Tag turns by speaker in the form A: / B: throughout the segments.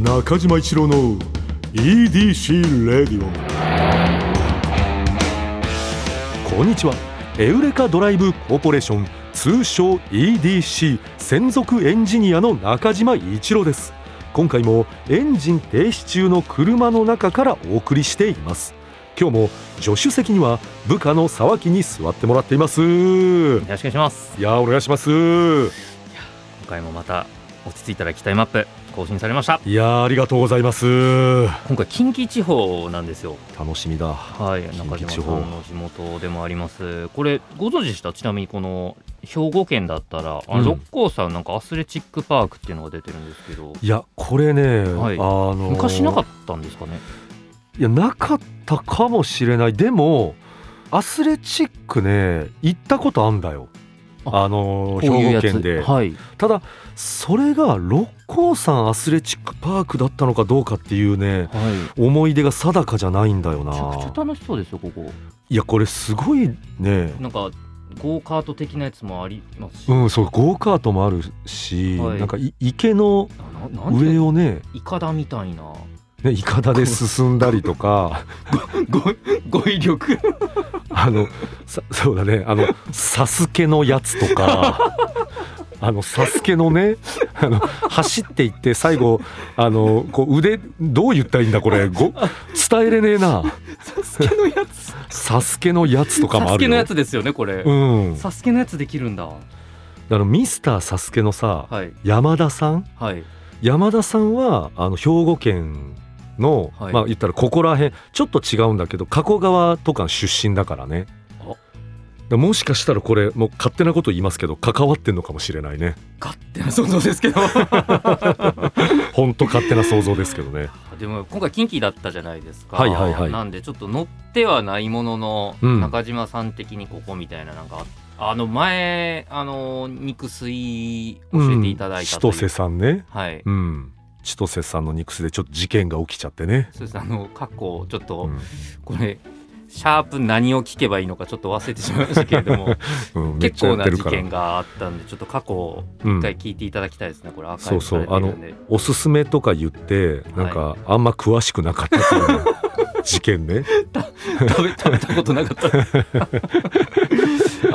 A: 中島一郎の EDC レディオこんにちはエウレカドライブコーポレーション通称 EDC 専属エンジニアの中島一郎です今回もエンジン停止中の車の中からお送りしています今日も助手席には部下の沢木に座ってもらっていますい
B: よろしくお願いします
A: やーお願いします
B: 今回もまた落ち着いたら期待マップ更新されました
A: いやーありがとうございます
B: 今回近畿地方なんですよ
A: 楽しみだ
B: はい
A: 近
B: 中
A: 畿
B: 島
A: 地
B: さん
A: 方
B: の地元でもありますこれご存知でしたちなみにこの兵庫県だったらあ
A: うん
B: の六甲山なんかアスレチックパークっていうのが出てるんですけど、
A: いやこれね、
B: はい
A: あのー
B: 昔なかったんですかね
A: いやなかったかもしれないでもアスレチックね行ったことあんだよ
B: あ
A: あのー
B: こういう
A: 兵庫
B: やつ
A: 県で、
B: はい
A: ただそれが六甲山アスレチックパークだったのかどうかっていうね
B: はい
A: 思い出が定かじゃないんだよな
B: めちゃくちゃ楽しそうですよここ
A: いやこれすごいね
B: なんかゴーカート的なやつもありますし、
A: うんそうゴーカートもあるし、
B: はい
A: なんかい池の
B: ななんてい
A: 上
B: う
A: をね
B: イカダみたいな
A: ねいかだで進んだりとか
B: ご語彙力
A: あのさそうだねあの「サスケのやつとか。 あのサスケのねあの走っていって最後あのこう腕どう言ったらいいんだこれご伝えれねえな
B: サスケのやつ
A: サスケのやつとかも
B: サ
A: ある
B: スケ
A: よ
B: のやつですよねこれ、
A: うん
B: サスケのやつできるんだ
A: あのミスターサスケのさ、
B: はい
A: 山田さん
B: はい
A: 山田さんはあの兵庫県の、
B: はい
A: まあ言ったらここら辺ちょっと違うんだけど加古川とか出身だからね
B: あ
A: だからもしかしたらこれもう勝手なこと言いますけど関わってんのかもしれないね
B: 勝手な想像です けど
A: 本当勝手な想像ですけどね
B: でも今回近畿だったじゃないですか
A: はいはいはい
B: なんでちょっと乗ってはないものの、
A: うん
B: 中島さん的にここみたいななんかあの前あの肉水 教えていただいた
A: 千
B: という、
A: 歳さんね
B: はい
A: うん千歳さんの肉声でちょっと事件が起きちゃってね、
B: そうですあの過去ちょっと、
A: うん
B: これシャープ何を聞けばいいのかちょっと忘れてしまいましたけれども
A: うん めっ
B: 結
A: ちゃや
B: 構
A: っ
B: な
A: てる
B: 事
A: から
B: 件があったんでちょっと過去を
A: うん
B: 一回聞いていただきたいですね、これアーカイ
A: そう
B: ブさ
A: そ
B: れ
A: う
B: て
A: あ
B: る
A: の
B: んで
A: おすすめとか言ってなんかあんま詳しくなかったっていうね事件ね
B: 食べ 食べたことなかった。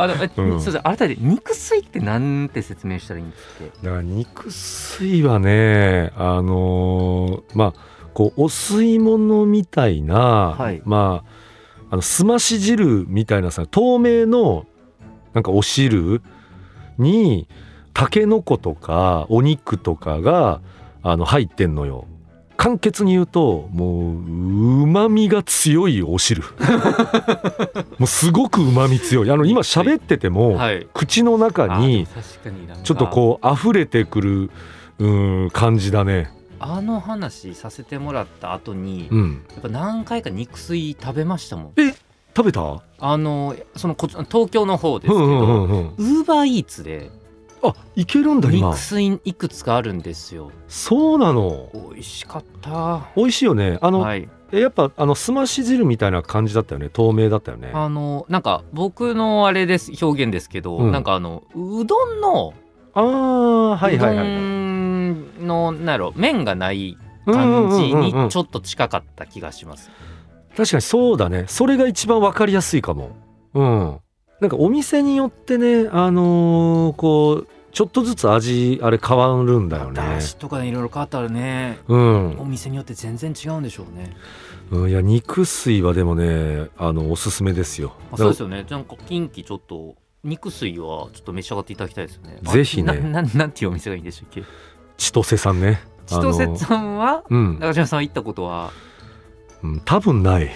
B: あのえ、
A: うん
B: すみません改めて肉水ってなんて説明したらいいんですっけ？
A: だから肉水はねあのーまあこうお吸い物みたいな、
B: はい
A: まああのすまし汁みたいなさ透明のなんかお汁にたけのことかお肉とかがあの入ってんのよ。簡潔に言うともううまみが強いお 汁もうすごくうまみ強いあの今喋ってても、
B: はい。
A: 口の中
B: あ
A: に
B: でも確かになんか
A: ちょっとこう溢れてくるうーん感じだね。
B: あの話させてもらった後に、
A: うん。
B: やっぱ何回か肉水食べましたもん。
A: 食べた？
B: あのそのこ東京の方です
A: う
B: け
A: んうん
B: ど。
A: うんうん。
B: ウーバーイーツで
A: あ、いけるんだ今
B: 肉。水いくつかあるんですよ。
A: そうなの。
B: 美味しかった。
A: 美味しいよね。あの、
B: はい。
A: えやっぱあのすまし汁みたいな感じだったよね。透明だったよね。
B: あのなんか僕のあれです表現ですけど、
A: うん
B: なんかあのうどんの
A: ああ、はいはいは
B: うど
A: い。
B: んのなんやろ麺がない感じ
A: うんうんうんう
B: に
A: ん
B: ちょっと近かった気がします。
A: 確かにそうだね。それが一番わかりやすいかも。うん。なんかお店によってね、あのーこうちょっとずつ味あれ変わるんだよね。
B: だしとかいろいろ変わったらね、
A: うん
B: お。店によって全然違うんでしょうね。
A: うん、いや肉水はでもねあのおすすめですよ。
B: あそうですよね。なんか近畿ちょっと肉水はちょっと召し上がっていただきたいですよね。あ
A: ぜひね
B: なな なんていうお店がいいんでしたっけ？
A: 千歳さんね。あ
B: 千
A: の
B: 歳さんは
A: うん、
B: 中島さんは行ったことは
A: うん、多分 ない。で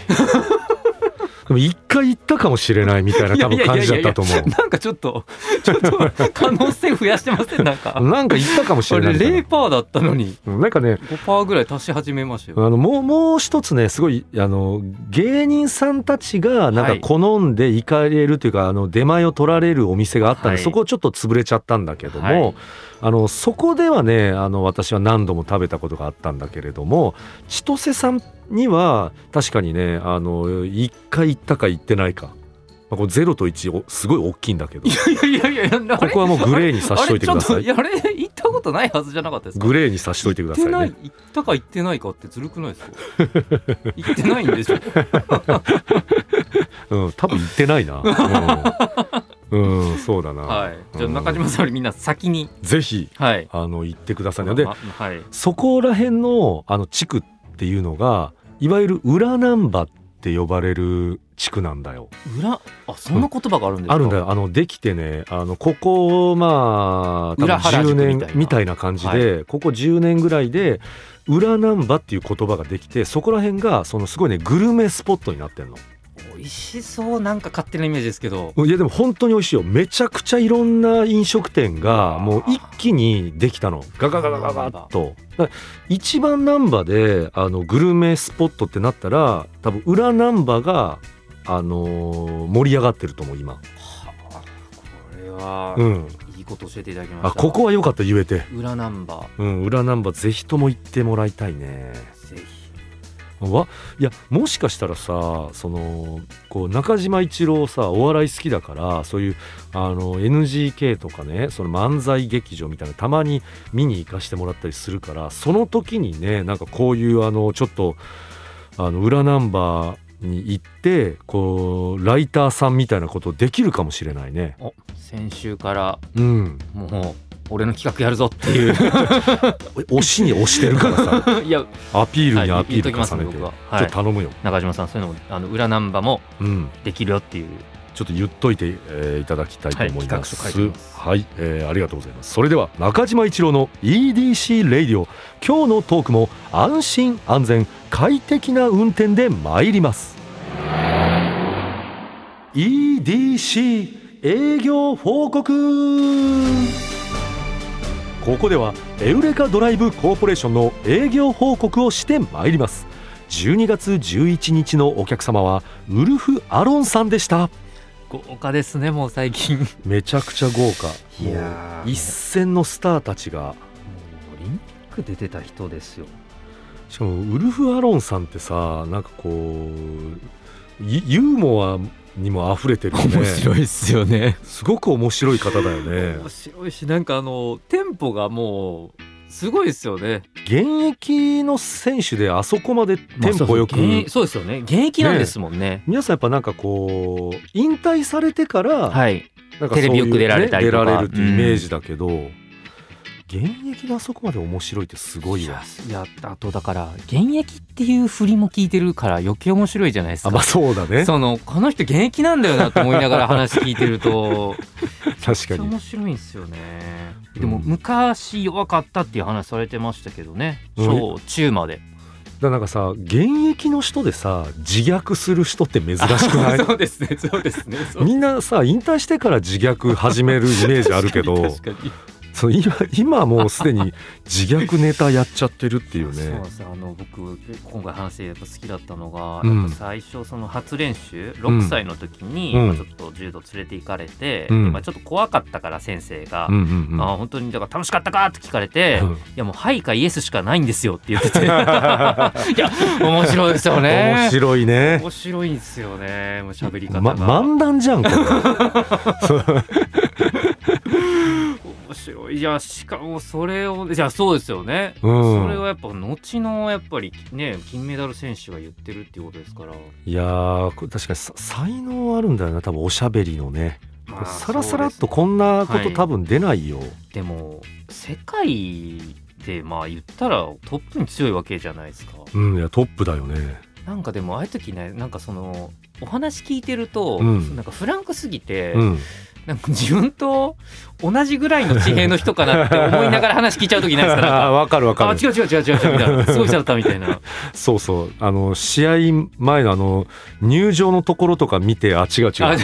A: も一回行ったかもしれないみたいな多分感じだったと思う。
B: なんかちょっと ちょっと可能性増やしてませんなんか。
A: なんか行ったかもし
B: あ
A: れな
B: れ
A: いみたいな
B: 0%パーだったのに
A: うんなんかね
B: 5%パーぐらい足し始めました
A: あ
B: よ。
A: のもうもう一つねすごいあの芸人さんたちがな
B: は
A: んか
B: い
A: 好んで行かれるというか、あの出前を取られるお店があったんで、
B: はい
A: そこちょっと潰れちゃったんだけども、
B: はい
A: あのそこではねあの私は何度も食べたことがあったんだけれども千歳さんには確かにねあの1回行ったか行ってないかまあ、これゼロと1おすごい大きいんだけど
B: いやいやいやいや
A: ここはもうグレーにさしといてください
B: あれちょ っとやあれ行ったことないはずじゃなかったですか
A: グレーにさしといてくださいね
B: 行ってない行ったか行ってないかってずるくな いですか行ってないんでしょ
A: うん、多分行ってないな。うん、うんそうだな。
B: はいじゃあ
A: うん
B: 中島さんよりみんな先に
A: ぜひ
B: はい
A: あの行ってくださいね。で
B: ま、はい
A: そこら辺のあの地区っていうのがいわゆる裏難波って呼ばれる地区なんだよ。
B: 裏あそんな言葉があるんですか
A: あるんだよ。あのできてね、あのここまあ多分
B: 裏原宿
A: 10
B: みた
A: 年
B: いな
A: みたいな感じで、ここ10年ぐらいで裏難波っていう言葉ができて、そこら辺がそのすごいねグルメスポットになってんの。
B: 美味しそうなんか勝手なイメージですけど
A: いやでも本当に美味しいよめちゃくちゃいろんな飲食店がもう一気にできたのガガガガガガッとだから一番難波であのグルメスポットってなったら多分裏難波があのー盛り上がってると思う今
B: はあこれは、
A: うん
B: いいこと教えていただきました
A: あここは良かった言えて
B: 裏ナンバー
A: うん裏難波ぜひとも行ってもらいたいね
B: ぜひ
A: わいやもしかしたらさそのこう中島一郎さお笑い好きだからそういうあの NGK とかねその漫才劇場みたいなのたまに見に行かしてもらったりするからその時にねなんかこういうあのちょっとあの裏ナンバーに行ってこうライターさんみたいなことできるかもしれないね。
B: お先週から
A: うん、
B: もう俺の企画やるぞ っていう
A: 押しに押してるからさ
B: いや
A: アピールにア
B: はい
A: ピー
B: 言っと
A: ル
B: きますね
A: 重ねて、
B: 僕は、
A: ち
B: は
A: ょっ
B: い
A: と、頼むよ、
B: 中島さんそういうのもあの裏ナンバーも
A: うん、
B: できるよっていう
A: ちょっと言っといて、えーいただきたいと思います。
B: は
A: はいい、
B: 企画書書いてます
A: えーありがとうございます。それでは中島一郎の EDC レイディオ、今日のトークも安心安全快適な運転で参ります。EDC 営業報告。ここではエウレカドライブコーポレーションの営業報告をしてまいります12月11日のお客様はウルフ・アロンさんでした
B: 豪華ですねもう最近
A: めちゃくちゃ豪華
B: いや
A: もう一線のスターたちが
B: オリンピック出てた人ですよ
A: しかもウルフ・アロンさんってさなんかこうユユーモアにも溢れてるよね
B: 面白いっすよね
A: すごく面白い方だよね
B: 面白いしなんかあのテンポがもうすごいですよね
A: 現役の選手であそこまでテンポよく、
B: まあそう現そうですよね現役なんですもんね
A: 皆さんやっぱなんかこう引退されてから、
B: はい
A: なんかそういう
B: テレビよく出られたりとか
A: ね出られるっていうイメージだけど、現役であそこまで面白いってすごいわ。
B: いやあとだから現役っていう振りも聞いてるから余計面白いじゃないですか
A: あまあそうだね
B: そのこの人現役なんだよなと思いながら話聞いてる と
A: 確か
B: めっちゃ
A: に
B: 面白いんですよねでも
A: うん
B: 昔弱かったっていう話されてましたけどね
A: うん
B: 小中まで、
A: だなんかさ現役の人でさ自虐する人って珍しくない
B: そうですねそうですねそう
A: みんなさ引退してから自虐始めるイメージあるけど
B: 確かに確かに
A: そう今今もうすでに自虐ネタやっちゃってるっていう
B: そうなん
A: ね
B: ですよあの僕今回話してやっぱ好きだったのが、
A: うん
B: やっぱ最初その初練習6歳の時に、
A: うん
B: まあちょっと柔道連れて行かれて、
A: うん
B: まあちょっと怖かったから先生が
A: う
B: 「
A: んうんうん
B: あー本当にだから楽しかったか?」って聞かれて「
A: う
B: い
A: ん
B: やもうはいかイエスしかないんですよ」って言ってて いや面白い ですよね
A: 面白いね
B: 面白いんですよねもう喋り方
A: ま
B: が、
A: 漫談じゃんこれ
B: 面白いいやしかもそれをじゃあそうですよね、
A: うん
B: それはやっぱ後のやっぱりね金メダル選手が言ってるっていうことですから。
A: いやーこれ確かにさ才能あるんだよな多分おしゃべりのね
B: まあ
A: さらさらっ
B: そう
A: とこんなこ
B: はい
A: と多分出ないよ、
B: ですでも世界でまあ言ったらトップに強いわけじゃないですか
A: うんいやトップだよね
B: なんかでもああいう時ねなんかそのお話聞いてると、
A: うん
B: なんかフランクすぎて、
A: うん
B: なんか自分と同じぐらいの地平の人かなって思いながら話聞いちゃう時ないですかなん
A: あ
B: か
A: わかるわか
B: あ
A: る
B: 違う違う違う違う違うみたいなすごい人だったみ たいな
A: そうそうあの試合前のあの入場のところとか見てあ違う違
B: あ
A: う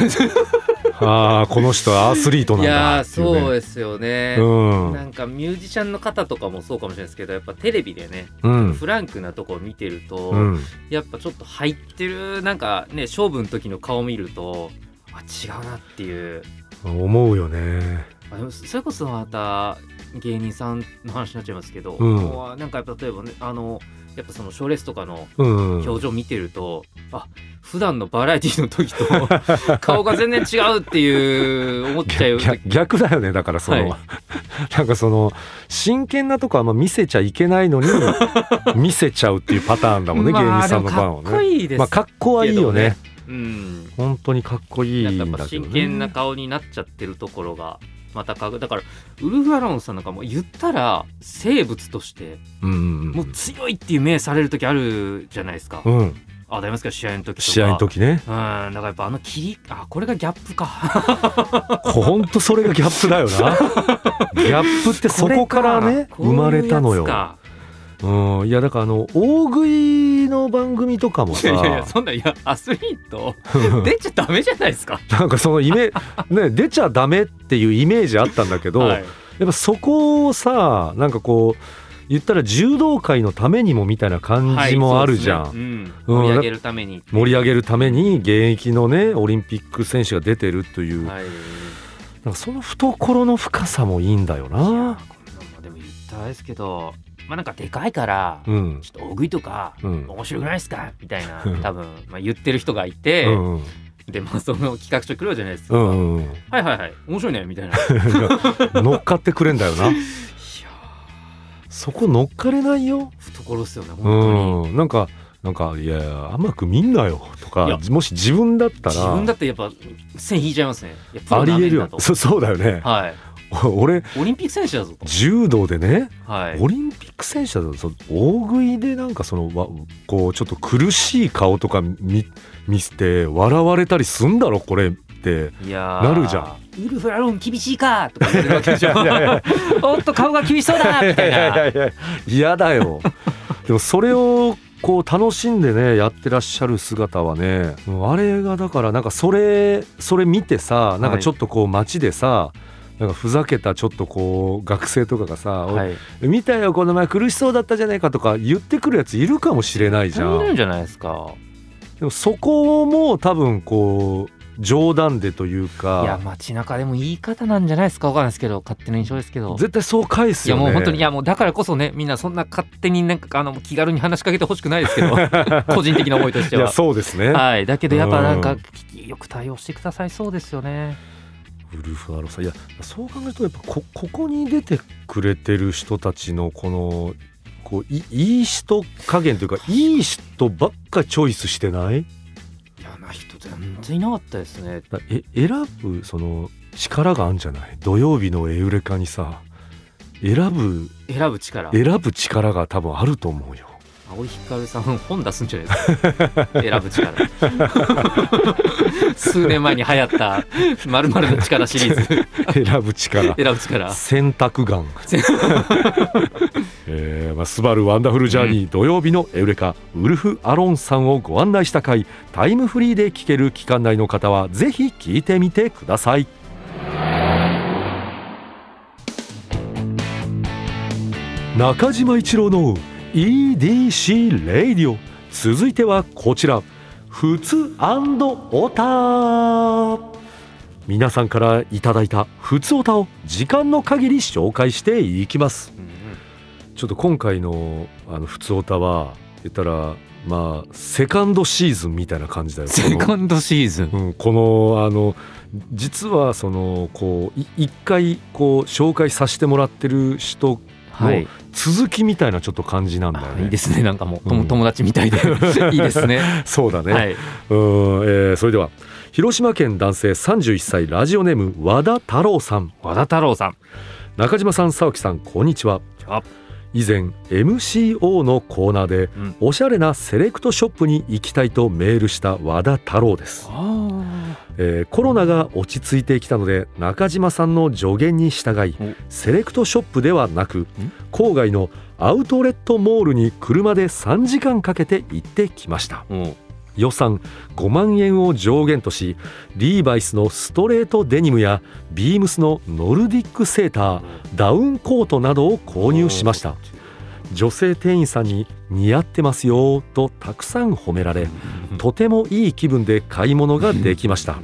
A: ああこの人はアスリートなん
B: いや
A: だ
B: ー
A: っていう、ね、
B: そうですよね、
A: うん
B: なんかミュージシャンの方とかもそうかもしれないですけどやっぱテレビでね、
A: うん
B: フランクなとこを見てると、
A: うん
B: やっぱちょっと入ってるなんかね勝負の時の顔見るとあ違うなっていう
A: 思うよね
B: あでもそれこそまた芸人さんの話になっちゃいますけど、
A: うん
B: もうなんかやっぱ例えばねあのやっぱその賞レースとかの
A: うんうん、
B: 表情見てると、あ普段のバラエティの時と顔が全然違うっていう思っちゃう
A: 逆逆だよねだからその、
B: は
A: なんかその真剣なとこはあんま見せちゃいけない のに見せちゃうっていうパターンだもんね、芸人さんの番を
B: まあでもかっこ
A: ね。
B: いいです、
A: まあかっこはいいよね
B: うん
A: 本当にかっこいいん
B: なんかや
A: だ
B: っぱ
A: けど
B: 真
A: ね。
B: 剣な顔になっちゃってるところがまたかっだからウルフ・アロンさんなんかもう言ったら生物として
A: うんうん
B: もう強いっていう目される時あるじゃないですか、
A: うん、うん、
B: あだいますか試合の時とか
A: 試合の時 ね
B: うんだからやっぱあの切りあこれがギャップか
A: 本当 それがギャップだよなギャップってそこから ね
B: これ
A: 生まれたのよ
B: こういうやつか
A: うん、いやだからあの大食いの番組とかも
B: い
A: さ
B: やいやいやそんないやアスリー ト出ちゃダメじゃないですか
A: なんかそのイメね出ちゃダメっていうイメージあったんだけど、
B: はい
A: やっぱそこをさなんかこう言ったら柔道界のためにもみたいな感
B: はい
A: じもあるじゃん、
B: そうですねうん
A: うん
B: 盛り上げるために、
A: 盛り上げるために現役のねオリンピック選手が出てるという、
B: はい
A: なんかその懐の深さもいいんだよ
B: いやこんな
A: な。
B: のでも言ったらあれですけどまあなんかでかいから、
A: うん
B: ちょっと大食いとか、
A: うん
B: 面白くないですかみたいな
A: うん
B: 多分、まあ、言ってる人がいて、
A: うんうん
B: でまあその企画書来るじゃないです
A: う
B: か、はい
A: んうん い
B: はいはい面白いね みたいない
A: や乗っかってくれんだよな
B: や
A: そこ乗っかれないよ
B: ー懐っすよね本
A: うんなんかなんかいやいや甘く見んなよと
B: い
A: か
B: や
A: もし自分だった
B: 当に、自分だ
A: ら
B: ってやっぱ線引いちゃいますねいやプロ
A: あり
B: な
A: え
B: め
A: る
B: んな
A: よ
B: と
A: そ そうだよね
B: はい
A: 俺
B: オリンピック選手だぞと
A: 柔道でね
B: はい
A: オリンピック選手だとその大食いでなんかそのわこうちょっと苦しい顔とか見見せて笑われたりすんだろこれって。
B: いやー
A: なるじゃ
B: ウルフラロン厳しいかとか言われるわけでしょ
A: いやいやいや
B: おっと顔が厳しそうだ
A: い
B: みた
A: やい
B: いな
A: やいや 嫌だよ。でもそれをこう楽しんでねやってらっしゃる姿はねうんあれがだからなんかそれそれ見てさなんかちょっとこう街でさ、なんかふざけたちょっとこう学生とかがさ「おい
B: はい
A: 見たよこの前苦しそうだったじゃないか」とか言ってくるやついるかもしれないじゃ
B: 足りる
A: ん
B: ん。じゃないですか
A: でもそこも多分こう冗談でという
B: い
A: か
B: や街中でも言い方なんじゃないですかわかんないですけど勝手な印象ですけど
A: 絶対そう返す
B: いや
A: よね。
B: もう本当にいやもうだからこそねみんなそんな勝手になんかあの気軽に話しかけてほしくないです けど個人的な思いとして
A: いや
B: は。
A: そうですね。
B: はい、だけどやっぱなん
A: う
B: か
A: ん
B: よく対応してくださいそうですよね。
A: ウルフアロンさんいやそう考えるとやっぱこここに出てくれてる人たちのこのこういいい人加減というかいい人ばっかチョイスしてない
B: 嫌な人全然いなかったですね。
A: だえ選ぶその力があるんじゃない土曜日のエウレカにさ選ぶ
B: 選ぶ力。
A: 選ぶ力が多分あると思うよ。
B: 青井ひかるさん本出すんじゃないですか。選ぶ力。 数年前に流行ったまるまるの力シリーズ
A: 選ぶ力
B: 選ぶ力。
A: 選択眼えーまあ、スバルワンダフルジャーニー、土曜日のエウレカウルフ・アロンさんをご案内した回タイムフリーで聴ける期間内の方はぜひ聞いてみてください中島一郎の EDC レイディオ続いてはこちら普通オタ皆さんからいただいた普通オタを時間の限り紹介していきます
B: うんうん
A: ちょっと今回の「あの普通オタ」は言ったらまあセカンドシーズンみたいな感じだよこの
B: セカンドシーズン。
A: うん、このあの実はそのこうい一回こう紹介させてもらってる人
B: はい。
A: 続きみたいなちょっと感じなんだよ
B: あ
A: ね。
B: いいですねなんかもう、とも
A: うん
B: 友達みたい でいいですね
A: そうだね、
B: はい
A: うんえーそれでは広島県男性31歳ラジオネーム和田太郎さん
B: 和田太郎さん
A: 中島さん沢木さんこんにちは
B: あ
A: 以前 MCO のコーナーで、
B: ん
A: おしゃれなセレクトショップに行きたいとメールした和田太郎です、えーコロナが落ち着いてきたので中島さんの助言に従い
B: お
A: セレクトショップではなく郊外のアウトレットモールに車で3時間かけて行ってきました
B: も
A: 予算5万円を上限としリーバイスのストレートデニムやビームスのノルディックセーターダウンコートなどを購入しました女性店員さんに「似合ってますよ」とたくさん褒められとてもいい気分で買い物ができました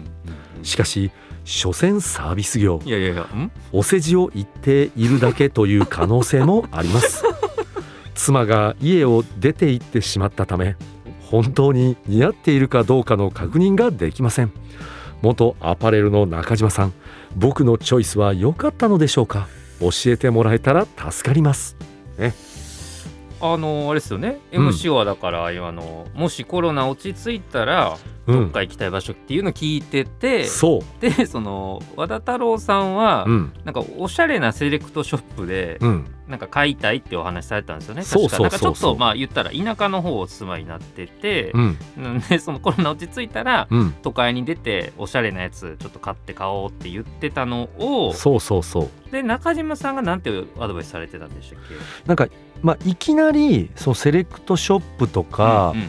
A: しかし所詮サービス業
B: いやいやいやん
A: お世辞を言っているだけという可能性もあります妻が家を出て行ってしまったため本当に似合っているかどうかの確認ができません元アパレルの中島さん僕のチョイスは良かったのでしょうか教えてもらえたら助かります
B: あのあれですよね、
A: うん
B: MC はだからあのもしコロナ落ち着いたら
A: う
B: どっ
A: ん
B: か行きたい場所っていうのを聞いてて、
A: そう
B: でその和田太郎さんは、
A: うん
B: なんかおしゃれなセレクトショップで、
A: うん
B: なんか買いたいってお話しされたんですよね
A: そうそうそうそう
B: 確かなんかちょっとまあ言ったら田舎の方お住まいになってて
A: う、ん
B: なんでそのコロナ落ち着いたら
A: うん
B: 都会に出ておしゃれなやつちょっと買って買おうって言ってたのを
A: そうそうそう
B: で中島さんがなんてアドバイスされてたんでしたっけ
A: なんかまあいきなりそのセレクトショップとか
B: うんうん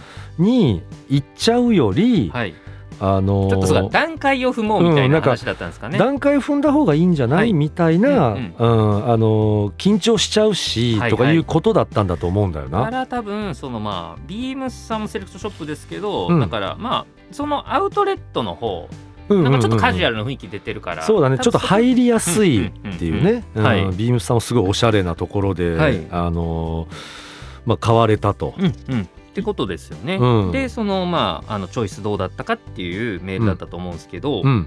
A: に行っちゃうより、
B: はい、ち
A: あのー
B: ょっとそうだ段階を踏もうみたい
A: うんな
B: なん
A: か
B: 話だったんですかね。
A: 段階踏んだ方がいいんじゃない、
B: はい
A: みたいな、
B: う
A: うんんあのー緊張しちゃうし、
B: はい
A: とかいうことだったんだと思うんだよ
B: だか
A: な。
B: ら多分そのまあビームスさんもセレクトショップですけど、
A: うん
B: だからまあそのアウトレットの方、
A: うんうんうん
B: なんかちょっとカジュアルな雰囲気出てるから
A: そうだねちょっと入りやすいっていうね、
B: うんうんうんうん
A: うん
B: はい
A: ビームスさんもすごいおしゃれなところで、
B: はい
A: あのーまあ、買われたと。
B: うんうん、ってことですよね。
A: うん
B: でそのまああのチョイスどうだったかっていうメールだったと思うんですけど、
A: うん、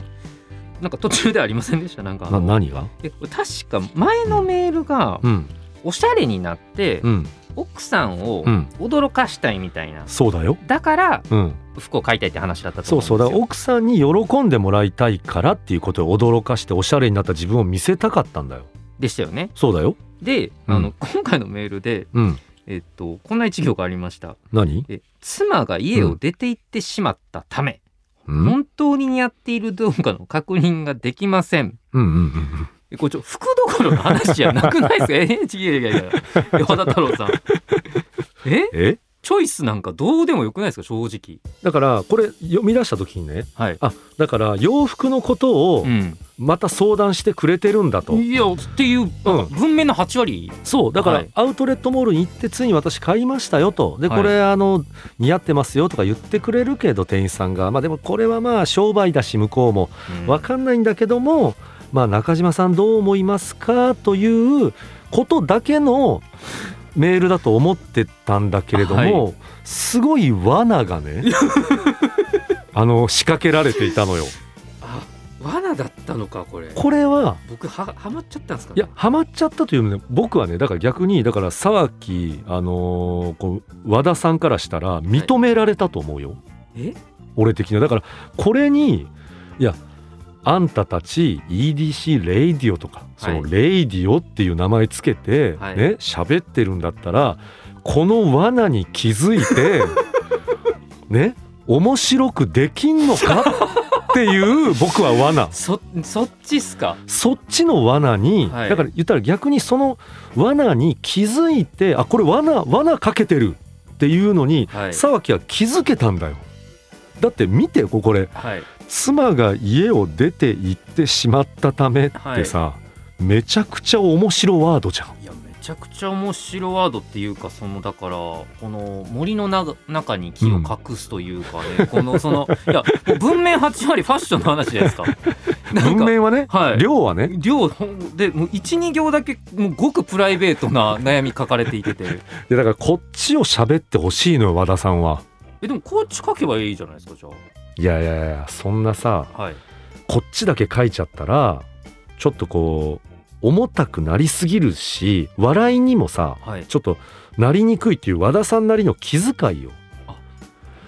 B: なんか途中ではありませんでしたなんかあ
A: な
B: の
A: 何が、
B: え確か前のメールが
A: うん
B: おしゃれになって
A: うん
B: 奥さんを
A: うん、
B: 驚かしたいみたいな、
A: そうだよ、
B: だから
A: うん、
B: 服を買いたいって話だったと
A: そう
B: 思
A: そう
B: う
A: だ
B: んですよ。
A: から奥さんに喜んでもらいたいからっていうことを驚かしておしゃれになった自分を見せたかったんだよ
B: でしたよね。
A: そうだよ、
B: で、
A: うん
B: あの今回のメールで、
A: うん、
B: えっと、こんな一行がありました。
A: 何、
B: え妻が家を出て行ってしまったため、
A: うん、うん
B: 本当に似合っているどうかの確認ができません。
A: うんうん
B: えこれちょ服どころの話じゃなくないですか えー違う違う違うえ和田太郎さん え
A: え
B: チョイスなんかどうでもよくないですか正直
A: だからこれ読み出した時にね
B: はい
A: あだから洋服のことを
B: うん
A: また相談してくれてるんだと、
B: いやっていう
A: うん
B: 文面の8割
A: そうだか
B: は
A: ら
B: い
A: アウトレットモールに行ってついに私買いましたよとで
B: はい
A: これあの似合ってますよとか言ってくれるけど店員さんがまあでもこれはまあ商売だし向こうもわかんないんだけどもまあ中島さんどう思いますかということだけのメールだと思ってたんだけれども、すごい罠が ねあの仕掛けられていたのよ。
B: あ罠だったのかこれ
A: これは
B: 僕ははまっちゃったんですか、
A: いやハマっちゃったというのね僕はねだから逆にだから沢木、あのーこう和田さんからしたら認められたと思うよ、
B: え
A: 俺的にはだからこれにいやあんたたち EDC レイディオとか、その
B: はい
A: レイディオっていう名前つけて、
B: はい
A: ね喋ってるんだったらこの罠に気づい てね面白くできんのかっていう僕は罠。
B: そそっちっすか
A: そっちの罠に、
B: はい
A: だから言ったら逆にその罠に気づいてあこれ罠罠かけてるっていうのに
B: はい
A: 沢木は気づけたんだよ。だって見てここれ
B: はい
A: 妻が家を出て行ってしまったためってさ、めちゃくちゃ面白ワードじゃん。
B: いやめちゃくちゃ面白ワードっていうかそのだからこの森のな中に木を隠すというかね、こ のそのいやもう文面8割ファッションの話じゃないですか。なん
A: 文
B: か
A: 面はね、
B: はい
A: 量はね
B: 量ほんでもう12行だけもうごくプライベートな悩み書かれていてて
A: いやだからこっちを喋ってほしいのよ和田さんは。
B: えでもこっち書けばいいじゃないですかじゃ
A: いやいやいやそんなさ
B: あはい
A: こっちだけ書いちゃったらちょっとこう重たくなりすぎるし笑いにもさ
B: はい
A: ちょっとなりにくいっていう和田さんなりの気遣いよだ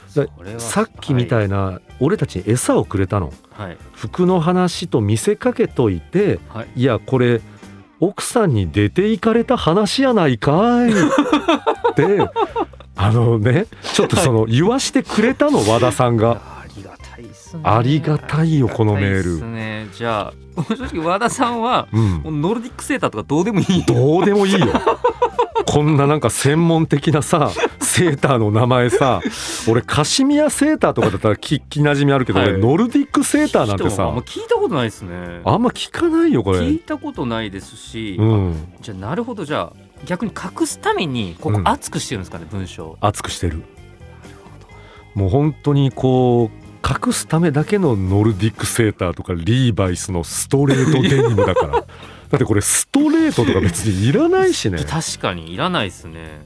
B: それは
A: さっきみたいな、俺たちに餌をくれたの
B: はい、はい
A: 服の話と見せかけといて
B: はい
A: いやこれ奥さんに出ていかれた話やないかい ってあのねちょっとその言わしてくれたの和田さん
B: い
A: が。
B: やありがたいっすね
A: ありがたいよこのメール
B: ありがたいっすねじゃあ 正直和田さんは
A: うん
B: もうノルディックセーターとかどうでもいい
A: どうでもいいよこんななんか専門的なさセーターの名前さ俺カシミヤセーターとかだったら聞き馴染みあるけど、
B: はい
A: 俺ノルディックセーターなんて
B: 人もあんま
A: さ
B: 聞いたことないですね
A: あんま聞かないよこ
B: 聞い
A: れ。
B: たことないですし、
A: うん、
B: じゃあなるほどじゃあ逆に隠すためにここ
A: うん
B: 厚くしてるんですかね、文章
A: 熱くしてるもう本当にこう隠すためだけのノルディックセーターとかリーバイスのストレートデニム だからだってこれストレートとか別にいらないしね
B: 確かにいらないですね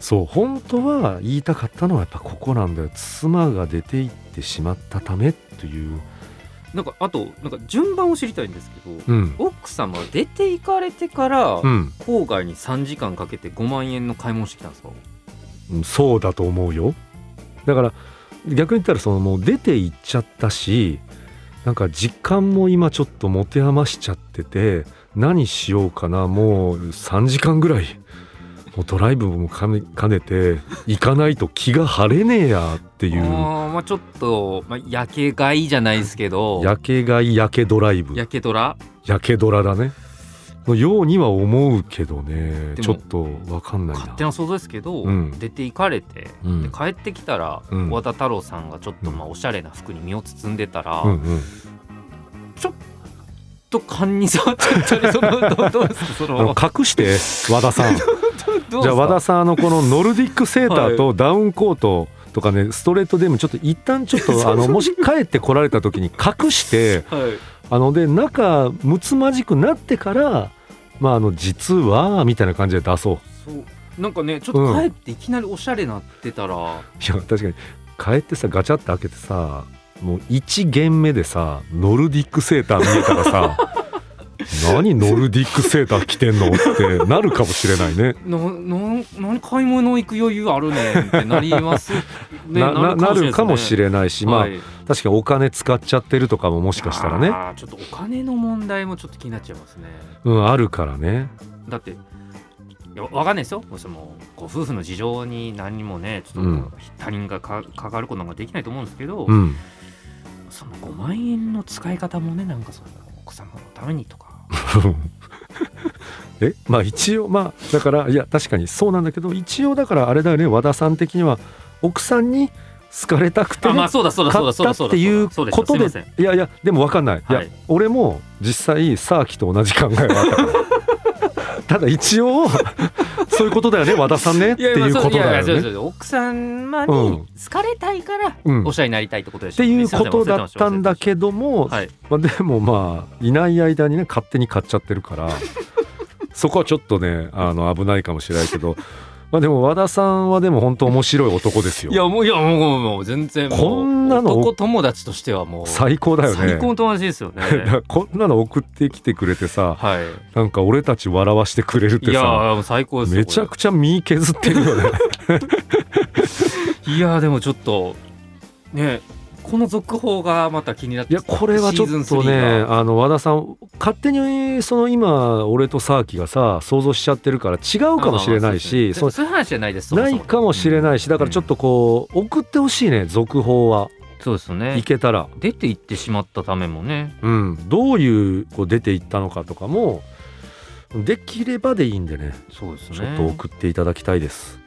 A: そう本当は言いたかったのはやっぱここなんだよ妻が出て行ってしまったためという、
B: なんかあとなんか順番を知りたいんですけど、
A: うん
B: 奥様は出て行かれてから、
A: うん
B: 郊外に3時間かけて5万円の買い物してきたんですか
A: うん、そうだと思うよだから逆に言ったらそのもう出て行っちゃったしなんか時間も今ちょっと持て余しちゃってて何しようかなもう3時間ぐらいもうドライブも兼ね兼ねて行かないと気が晴れねえやってい
B: あ
A: う
B: ーまあ、ちょっと、まあ、夜景がいいじゃないですけど
A: やけがいやけドライブ
B: やけどら
A: やけドラだねのようには思うけどね
B: でも
A: ちょっとわかんない
B: 勝
A: な
B: 手な想像ですけど、
A: うん
B: 出て行かれて、
A: うん
B: で帰ってきたら、
A: うん
B: 和田太郎さんがちょっと
A: うん
B: まあおしゃれな服に身を包んでたら、
A: うんうん、
B: ちょっと勘に触っちゃったりそのどうどうですかそ
A: あの
B: の
A: 隠して和田さん
B: どう
A: じゃあ和田
B: さ
A: さんあのこのノルディックセーターとダウンコートとかねストレートデニムちょっと一旦ちょっとあのもし帰ってこられた時に隠して
B: ん、はい、
A: あので仲むつまじくなってからまああの実はみたいな感じで出そう
B: そうなんかねちょっと帰っていきなりおしゃれなってたら、
A: いや確かに帰ってさガチャって開けてさもう1限目でさノルディックセーター見えたら さ何ノルディックセーター着てんのってなるかもしれないね
B: なな何買い物行く余裕あるねんってなります、ね、
A: なななるかもし
B: れ
A: れないし、
B: い
A: ま
B: ですねはい
A: あ確かにお金使っちゃってるとかももしかしたらね
B: あーちょっとお金の問題もちょっと気になっちゃいますね
A: うん、あるからね。
B: だっていやわかんないですよもうそのご夫婦の事情に何もねちょっ
A: う
B: と
A: ん
B: 他人がか関わることなんかできないと思うんですけど、
A: うん、
B: その5万円の使い方もねなんかその奥様のためにとか
A: えまあ一応まあだからいや確かにそうなんだけど一応だからあれだよね和田さん的には奥さんに好かれたくて
B: あまあそうだそうだそう
A: 買
B: だ
A: っ
B: そう
A: た
B: だ
A: っ
B: そう
A: て
B: だ
A: いう
B: そう
A: こ
B: す
A: と
B: い
A: で
B: ません
A: いやいやでも分かんない、い、
B: はい
A: や俺も実際サーキと同じ考えはあったから ただ一応そういうことだよね和田さんねっていうことだ
B: いやいやそう
A: よ
B: そ
A: ね。
B: うそう奥様
A: う
B: に
A: ん
B: 好かれたいから
A: うん、
B: お
A: っ
B: しゃれになりたいってことでしてょ、
A: いう
B: すま
A: こ
B: せん
A: とだったんだけども、
B: はい
A: まあ、でもまあいない間にね勝手に買っちゃってる からそこはちょっとねあの危ないかもしれないけどまあでも和田さんはでも本当面白い男です
B: い
A: よ
B: やもういやもうもうもう全然もう
A: こんなの
B: 男友達としてはもう
A: 最高だよね
B: 最高の友達ですよ ね
A: だからこんなの送ってきてくれてさ
B: はい
A: なんか俺たち笑わしてくれるっ
B: い
A: て
B: や
A: さ
B: ーもう最高ですよ
A: めちゃくちゃ身削ってるよね
B: これいやーでもちょっとねこの続報がまた気になっ
A: い
B: て
A: やこれはちょっ
B: シー
A: と
B: ズン
A: ね
B: 3
A: あの和田さん勝手にその今俺とサーキがさ想像しちゃってるから違うかもしれないし
B: まあまあそ
A: そ
B: うですねそういう話じゃないですそもそ
A: ない
B: も
A: かもしれないしだからちょっとこう送ってほしいね続報は
B: そうですよ
A: い
B: ね
A: けたら、
B: 出て行ってしまったためもね
A: うん、どういうこう出ていったのかとかもできればでいいんでね
B: そうですね
A: ちょっと送っていただきたいです、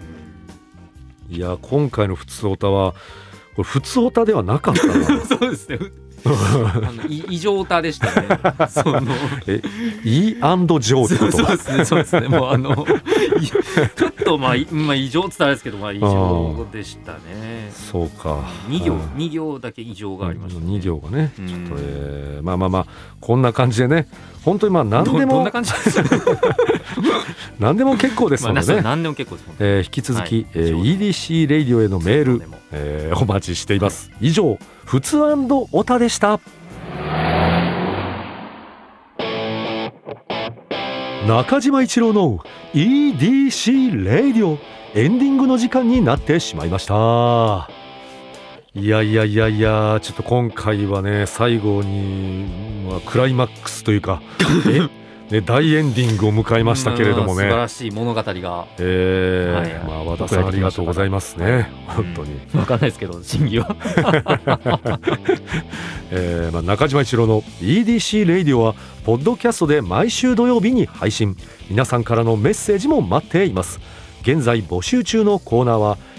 A: いや今回の「ふつおたは」これ普通オタではなかった な
B: そうですねあのい異常タでしたね その
A: E& ジョーって
B: そ
A: こと
B: うそうですねそうですねもうあのいちょっとまあ、いまあ、異常って言ったらあれですけどまあ異常でしたね
A: そうか
B: 二行
A: うん
B: 二行だけ異常がありました、ね、
A: 2行がね、
B: うん
A: ちょっと、えーまあまあまあこんな感じでね本当にまあ何
B: ど
A: で
B: どん
A: も
B: な感じですか
A: 何でも結構です
B: まあ
A: の
B: な
A: で
B: そ
A: ね
B: う、何でも結構ですもんね
A: えー引き続き、
B: はい
A: えー EDC レイディオへのメール、えーお待ちしています以上「ふつおた」でした中島一郎の EDC レイディオエンディングの時間になってしまいましたいやいやいやいやちょっと今回はね最後に、まあ、クライマックスという かえね、大エンディングを迎えましたけれども
B: うん素
A: ね
B: 晴らしい物語が
A: えー
B: はいはい
A: まあ、和田さんありがとうございますね、本当に、
B: 分かんないですけど真偽は
A: えーまあ、中島一郎の EDC レイディオはポッドキャストで毎週土曜日に配信皆さんからのメッセージも待っています現在募集中のコーナーは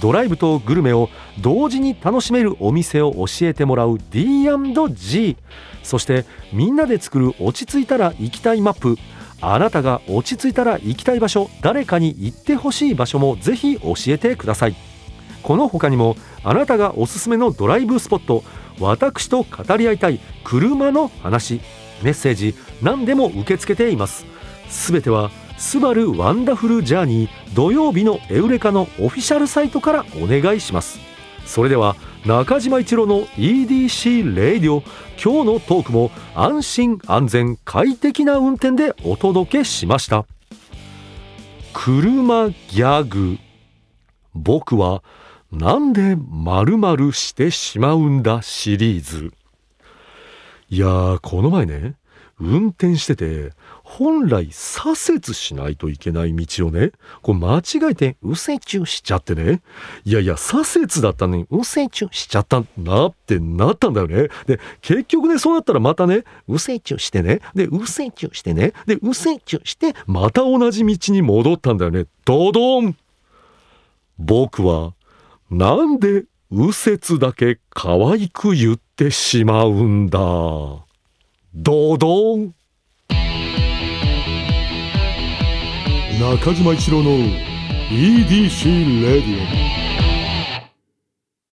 A: ドライブとグルメを同時に楽しめるお店を教えてもらう D&G そしてみんなで作る落ち着いたら行きたいマップあなたが落ち着いたら行きたい場所誰かに行ってほしい場所もぜひ教えてくださいこの他にもあなたがおすすめのドライブスポット私と語り合いたい車の話メッセージ何でも受け付けていますすべては「スバルワンダフルジャーニー」土曜日のエウレカのオフィシャルサイトからお願いしますそれでは中島一郎の EDC レイディオ今日のトークも安心安全快適な運転でお届けしました車ギャグ僕はなんで〇〇してしまうんだシリーズいやーこの前ね運転してて本来左折しないといけない道をねこう間違えて右折しちゃってねいやいや左折だったのに右折しちゃったなってなったんだよねで結局ねそうなったらまたね右折してねで右折してねで右折してまた同じ道に戻ったんだよねドドン僕はなんで右折だけ可愛く言ってしまうんだドドン
C: 中島一郎の EDC レディオ